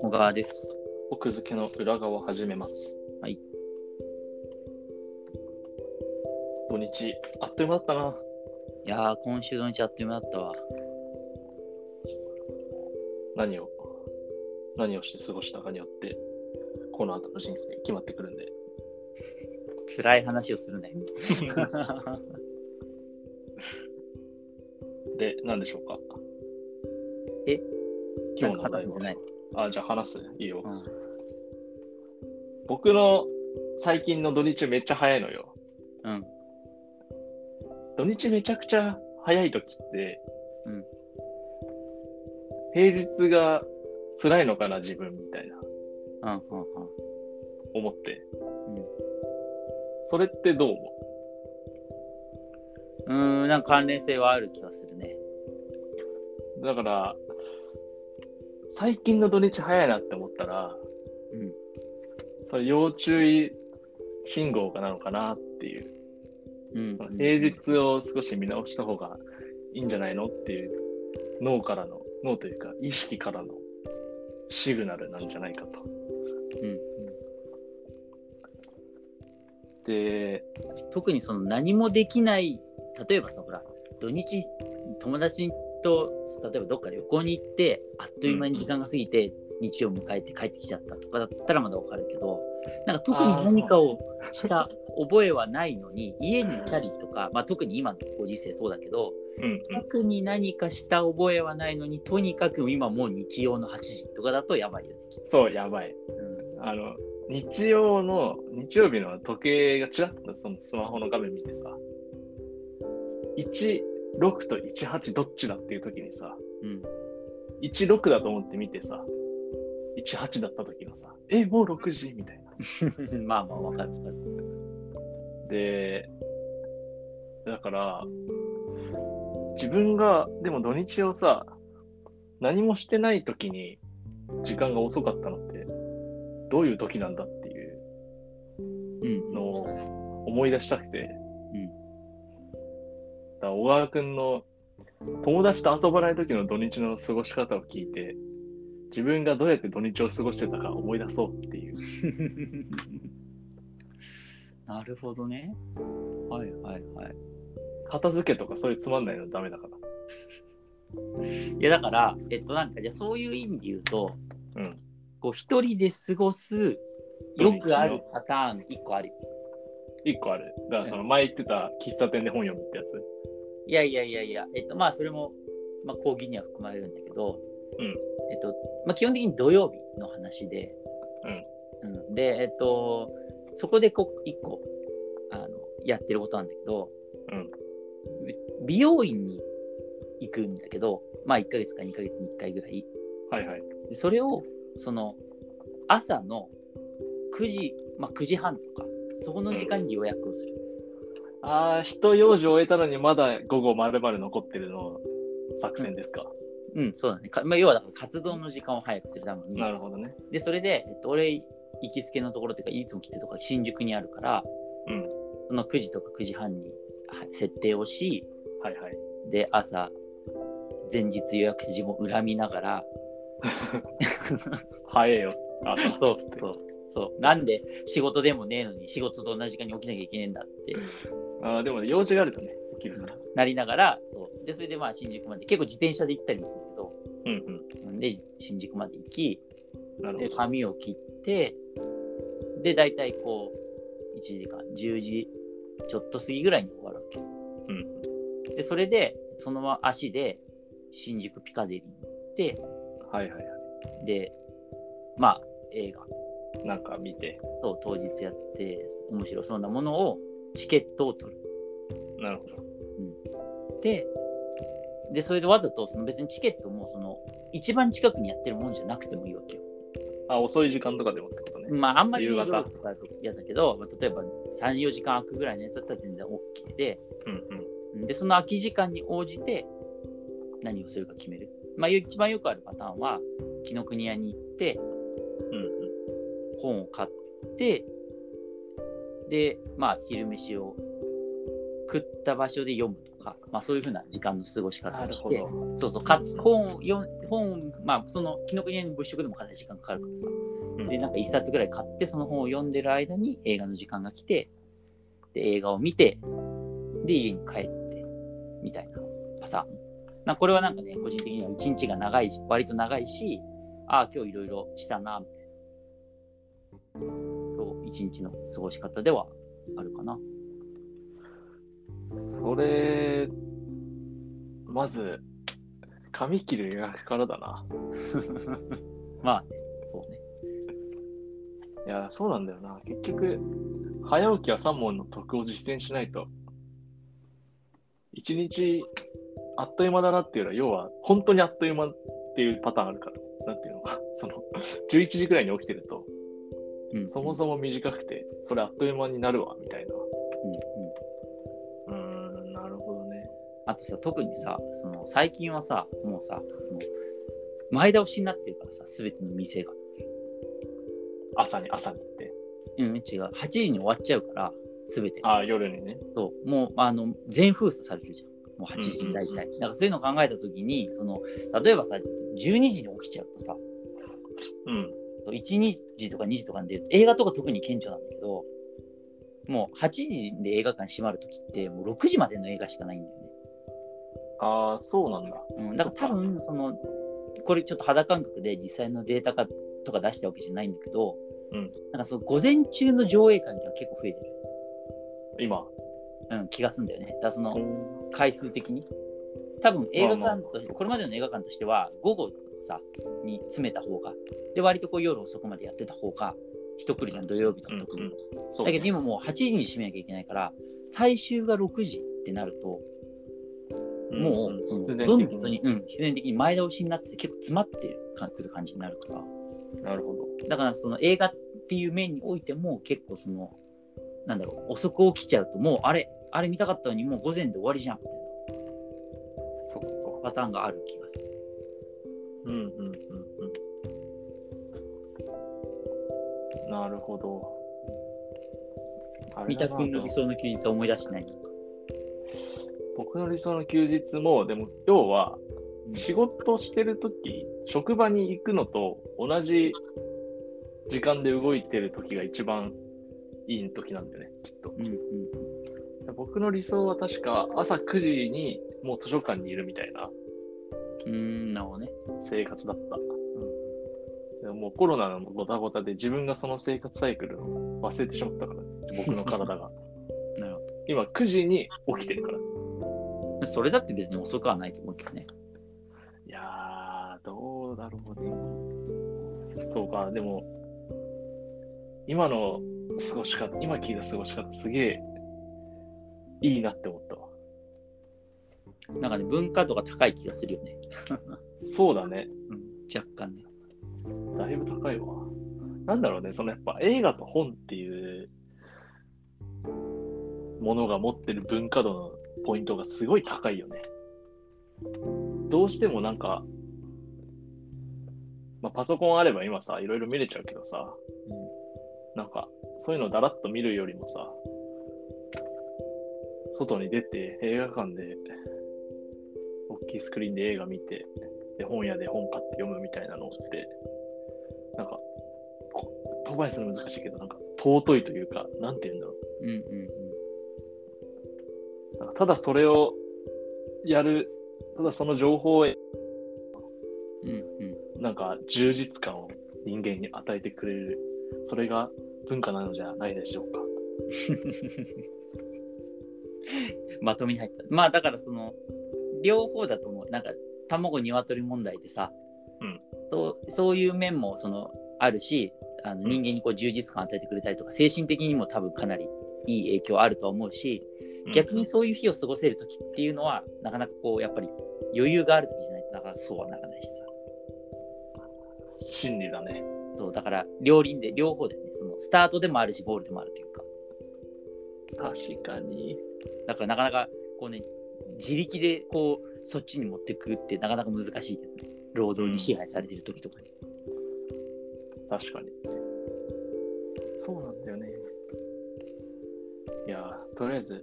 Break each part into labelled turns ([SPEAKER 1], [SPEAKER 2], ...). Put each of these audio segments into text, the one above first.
[SPEAKER 1] 小川です。
[SPEAKER 2] 奥付けの裏側を始めます。
[SPEAKER 1] はい。
[SPEAKER 2] 土日、あっという間だったな。
[SPEAKER 1] いやー、今週の日あっという間だったわ。
[SPEAKER 2] 何を、何をして過ごしたかによって、この後の人生決まってくるんで。
[SPEAKER 1] 辛い話をするね。
[SPEAKER 2] で、何でしょうか
[SPEAKER 1] え
[SPEAKER 2] 今日の話
[SPEAKER 1] なんか話
[SPEAKER 2] 題
[SPEAKER 1] すんじゃない
[SPEAKER 2] は。あ、じゃあ話す。いいよ。
[SPEAKER 1] うん
[SPEAKER 2] 僕の最近の土日めっちゃ早いのよ。
[SPEAKER 1] うん。
[SPEAKER 2] 土日めちゃくちゃ早い時って、
[SPEAKER 1] うん
[SPEAKER 2] 平日が辛いのかな、自分みたいな。
[SPEAKER 1] うん。うん。
[SPEAKER 2] 思って、
[SPEAKER 1] うん
[SPEAKER 2] それってどう思
[SPEAKER 1] うん。うーん、なんか関連性はある気がするね。
[SPEAKER 2] うだから最近の土日早いなって思ったら
[SPEAKER 1] うん。
[SPEAKER 2] それ要注意信号かなのかなっていう、
[SPEAKER 1] うん。
[SPEAKER 2] 平日を少し見直した方がいいんじゃないのっていう脳からの脳というか意識からのシグナルなんじゃないかと。
[SPEAKER 1] うん。
[SPEAKER 2] で、
[SPEAKER 1] 特にその何もできない、例えばさ、ほら、土日、友達と、例えばどっか旅行に行って、あっという間に時間が過ぎて、日曜を迎えて帰ってきちゃったとかだったらまだわかるけど、なんか特に何かをした覚えはないのに、家にいたりとか、まあ特に今のご時世そうだけど、
[SPEAKER 2] うんうん、
[SPEAKER 1] 特に何かした覚えはないのにとにかく今もう日曜の8時とかだとやばいよねきっ
[SPEAKER 2] そう、やばい。
[SPEAKER 1] と、
[SPEAKER 2] あの、日曜の、日曜日の時計がちらっとそのスマホの画面見てさ、16と18どっちだっていう時にさ、
[SPEAKER 1] うん
[SPEAKER 2] 16だと思って見てさ、18だった時のさ、え、もう6時みたいな。
[SPEAKER 1] うん まあまあわかるわかる
[SPEAKER 2] で、だから、自分が、でも土日をさ、何もしてない時に時間が遅かったのって、どういう時なんだっていう
[SPEAKER 1] うん
[SPEAKER 2] のを思い出したくて、
[SPEAKER 1] うん
[SPEAKER 2] だから小川君の友達と遊ばない時の土日の過ごし方を聞いて自分がどうやって土日を過ごしてたか思い出そうっていう
[SPEAKER 1] なるほどねはいはいはい
[SPEAKER 2] 片付けとかそういうつまんないのダメだから
[SPEAKER 1] いやだからえっとなんかじゃあそういう意味で言うと
[SPEAKER 2] うん
[SPEAKER 1] こう一人で過ごすよくあるパターン一個ある
[SPEAKER 2] 一個あるだからその前言ってた喫茶店で本読むってやつ
[SPEAKER 1] いやいやいやいや、えっと、まあ、それも、まあ、講義には含まれるんだけど、
[SPEAKER 2] うん
[SPEAKER 1] えっと、まあ、基本的に土曜日の話で、うん。で、えっと、そこでこう、一個、あの、やってることなんだけど、
[SPEAKER 2] うん
[SPEAKER 1] び美容院に行くんだけど、まあ、1ヶ月か2ヶ月に1回ぐらい。
[SPEAKER 2] はいはい
[SPEAKER 1] でそれを、その、朝の9時、まあ、9時半とか、そこの時間に予約をする。
[SPEAKER 2] ああ一用事終えたのにまだ午後丸々残ってるの作戦ですか、
[SPEAKER 1] うん、そうだね。かまあ、要は、だから活動の時間を早くするために。
[SPEAKER 2] なるほどね
[SPEAKER 1] で、それで、えっと、俺、行きつけのところっていうか、いつも来てるとこが新宿にあるから、
[SPEAKER 2] うん
[SPEAKER 1] その9時とか9時半には設定をし、
[SPEAKER 2] はいはい
[SPEAKER 1] で、朝、前日予約して自分を恨みながら、
[SPEAKER 2] 早えよあ
[SPEAKER 1] そうそう、そう、なんで仕事でもねえのに、仕事と同じ時間に起きなきゃいけねえんだって
[SPEAKER 2] あーでもね用事があるとねできるから
[SPEAKER 1] なりながら、そう。で、それでまあ、新宿まで、結構自転車で行ったりもするんだけど、
[SPEAKER 2] うんうん
[SPEAKER 1] うんで、新宿まで行き、
[SPEAKER 2] なる
[SPEAKER 1] で
[SPEAKER 2] ほど。
[SPEAKER 1] 髪を切ってで大体こう1時間10時ちょっと過ぎぐらいに終わるわ
[SPEAKER 2] うん、
[SPEAKER 1] けでそれでそのまま足で新宿ピカデリーに行って
[SPEAKER 2] はいはいは
[SPEAKER 1] でまあ映画
[SPEAKER 2] い。なんか見て。
[SPEAKER 1] と当日やって面白そうなものをチケットを取る
[SPEAKER 2] なるほど。
[SPEAKER 1] ででそれでわざとその別にチケットもその一番近くにやってるもんじゃなくてもいいわけよ
[SPEAKER 2] あ、遅い時間とかでもってことね。
[SPEAKER 1] まああんまり、ね、
[SPEAKER 2] 夕方
[SPEAKER 1] 夜とかだと嫌だけど、まあ、例えば34時間空くぐらいのやつだったら全然 OK で
[SPEAKER 2] うんうん。
[SPEAKER 1] で、その空き時間に応じて何をするか決める。まあ、よ一番よくあるパターンは、紀ノ国屋に行って、
[SPEAKER 2] うんうん。
[SPEAKER 1] 本を買って、で、まあ、昼飯を食った場所で読むとか、まあ、そういうふうな時間の過ごし方
[SPEAKER 2] な
[SPEAKER 1] を
[SPEAKER 2] る
[SPEAKER 1] し
[SPEAKER 2] ほ
[SPEAKER 1] て
[SPEAKER 2] ど。
[SPEAKER 1] そうそうか本を読ん本まあその紀ノ国屋の物色でもかなり時間かかるからさ、
[SPEAKER 2] うん
[SPEAKER 1] でなんか一冊ぐらい買ってその本を読んでる間に映画の時間が来てで映画を見てで家に帰ってみたいなパターンなんかこれはなんかね個人的には一日が長いし割と長いしああ今日いろいろしたなみたいなそう一日の過ごし方ではあるかな
[SPEAKER 2] それ、まず、髪切る予約からだな。
[SPEAKER 1] まあねそうね
[SPEAKER 2] いや、そうなんだよな。結局、早起き朝問の得を実践しないと、一日あっという間だなっていうのは、要は、本当にあっという間っていうパターンあるから、なんていうのか、その、11時くらいに起きてると、
[SPEAKER 1] うん
[SPEAKER 2] そもそも短くて、それあっという間になるわ、みたいな。
[SPEAKER 1] うんうん
[SPEAKER 2] うーん、なるほどね。
[SPEAKER 1] あとさ特にさその最近はさもうさその前倒しになってるからさ全ての店が
[SPEAKER 2] 朝に、朝にって。
[SPEAKER 1] うん違う8時に終わっちゃうから全てが
[SPEAKER 2] ああ、夜にね。
[SPEAKER 1] そうもうあの全封鎖されるじゃんもう8時大体、
[SPEAKER 2] うんうん
[SPEAKER 1] だからそういうのを考えた時にその例えばさ12時に起きちゃうとさ
[SPEAKER 2] うん。
[SPEAKER 1] 1時とか2時とかに出ると映画とか特に顕著なんだけどもう8時で映画館閉まる時ってもう6時までの映画しかないんだよね
[SPEAKER 2] ああ、そうなんだ。
[SPEAKER 1] うん、だから多分そのこれちょっと肌感覚で実際のデータかとか出したわけじゃないんだけど、
[SPEAKER 2] うん
[SPEAKER 1] なんかその午前中の上映会が結構増えてる、
[SPEAKER 2] 今。
[SPEAKER 1] うん、気がするんだよねだからその回数的に多分映画館としてこれまでの映画館としては午後さに詰めた方がで割とこう夜遅くまでやってた方が人来るじゃん土曜日とか特に、
[SPEAKER 2] うんそう
[SPEAKER 1] だ
[SPEAKER 2] ね
[SPEAKER 1] けど今もう8時に閉めなきゃいけないから最終が6時ってなると、もう、
[SPEAKER 2] ん
[SPEAKER 1] その
[SPEAKER 2] 必然
[SPEAKER 1] どん
[SPEAKER 2] 的
[SPEAKER 1] どん
[SPEAKER 2] に。
[SPEAKER 1] に、うん、必然的に前倒しになってて結構詰まってかくる感じになるから
[SPEAKER 2] なるほど。
[SPEAKER 1] だからその映画っていう面においても結構そのなんだろう遅く起きちゃうともうあれあれ見たかったのにもう午前で終わりじゃんみたい
[SPEAKER 2] そっか。
[SPEAKER 1] なパターンがある気がする
[SPEAKER 2] うんうんうんうん。なるほど。あれ
[SPEAKER 1] 三
[SPEAKER 2] だ
[SPEAKER 1] 田
[SPEAKER 2] な
[SPEAKER 1] 君の理想の休日は思い出しない
[SPEAKER 2] 僕の理想の休日も、でも要は、仕事してるとき、職場に行くのと同じ時間で動いてるときが一番いいときなんだよね、きっと。
[SPEAKER 1] うんうん
[SPEAKER 2] 僕の理想は確か朝9時にもう図書館にいるみたいな
[SPEAKER 1] うーんなるほどね
[SPEAKER 2] 生活だった。でももうコロナのごたごたで自分がその生活サイクルを忘れてしまったから、僕の体が。
[SPEAKER 1] なるほ
[SPEAKER 2] 今9時に起きてるから。い
[SPEAKER 1] どそれだって別に遅くはないと思うけどね
[SPEAKER 2] やー、どうだろうね。そうか、でも、今の過ごし方、今聞いた過ごし方、すげえいいなって思ったわ。
[SPEAKER 1] なんかね文化度が高い気がするよね、
[SPEAKER 2] そうだね。
[SPEAKER 1] うん、若干ね
[SPEAKER 2] だいぶ高いわ。なんだろうね、そのやっぱ映画と本っていうものが持ってる文化度のポイントがすごい高いよね。どうしてもなんか、まあ、パソコンあれば今さ、いろいろ見れちゃうけどさ、なんか、そういうのだらっと見るよりもさ、外に出て映画館で、大きいスクリーンで映画見て、で、本屋で本買って読むみたいなのって、なんか、こ言葉にするの難しいけど、なんか、尊いというか、なんて言うんだろ
[SPEAKER 1] うんうんうん
[SPEAKER 2] う。なんかただそれをやる、ただその情報へ、
[SPEAKER 1] うんうん
[SPEAKER 2] なんか、充実感を人間に与えてくれる、それが文化なのじゃないでしょうか。
[SPEAKER 1] まとめに入った。まあだからその両方だと思う。なんか卵鶏問題でさ、
[SPEAKER 2] うん
[SPEAKER 1] そうそういう面もそのあるしあの
[SPEAKER 2] ん
[SPEAKER 1] 人間にこう充実感を与えてくれたりとか、精神的にも多分かなりいい影響あるとは思うし逆にそういう日を過ごせる時っていうのはなかなかこうやっぱり余裕がある時じゃないとなかなかそうはならないしさ。
[SPEAKER 2] うん真理だね。
[SPEAKER 1] そうだから両輪で両方でねそのスタートでもあるしゴールでもあるというか
[SPEAKER 2] 確かに。
[SPEAKER 1] だからなかなかこうね自力でこうそっちに持ってくってなかなか難しいですね労働に支配されてる時とかに、
[SPEAKER 2] 確かに。そうなんだよね。いやー、とりあえず、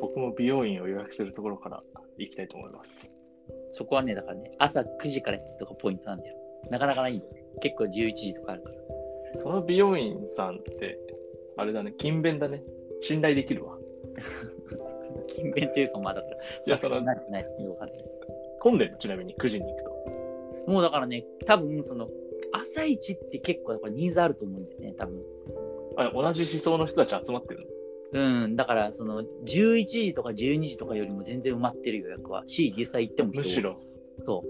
[SPEAKER 2] 僕も美容院を予約するところから行きたいと思います。
[SPEAKER 1] そこはね、だからね、朝9時からやってるとかポイントなんだよ。なかなかないんだよ。結構11時とかあるから。
[SPEAKER 2] その美容院さんって、あれだね、勤勉だね。信頼できるわ。
[SPEAKER 1] 勤勉というか、まあだから、
[SPEAKER 2] いや
[SPEAKER 1] 作
[SPEAKER 2] そ
[SPEAKER 1] 戦に
[SPEAKER 2] の
[SPEAKER 1] なってないよかった
[SPEAKER 2] 混んでるのちなみに9時に行くと。
[SPEAKER 1] もうだからね、多分その、朝一って結構やっぱニーズあると思うんだよね、多分。
[SPEAKER 2] あ同じ思想の人たち集まってるの
[SPEAKER 1] うん、だからその11時とか12時とかよりも全然埋まってる予約はし実際行っても人
[SPEAKER 2] む
[SPEAKER 1] 多い
[SPEAKER 2] しろ。
[SPEAKER 1] そ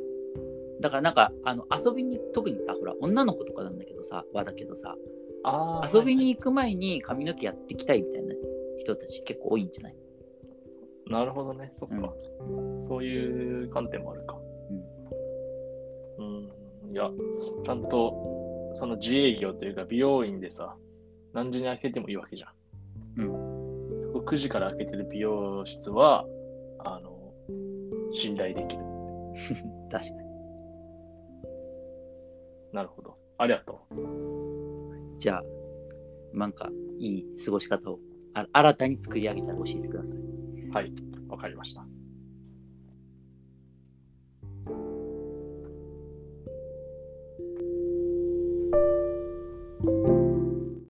[SPEAKER 1] うだからなんかあの遊びに特にさほら女の子とかなんだけどさはだけどさ
[SPEAKER 2] あー
[SPEAKER 1] 遊びに行く前に髪の毛やってきたいみたいな人たち結構多いんじゃない
[SPEAKER 2] なるほどね、そっか。そういう観点もあるか。うん。いや、ちゃんと、その自営業というか、美容院でさ、何時に開けてもいいわけじゃん。うん。そこ9時から開けてる美容室は、あの、信頼できる。
[SPEAKER 1] 確かに
[SPEAKER 2] なるほど。ありがとう。
[SPEAKER 1] じゃあなんかいい過ごし方をあ新たに作り上げたら教えてください
[SPEAKER 2] はい、わかりました。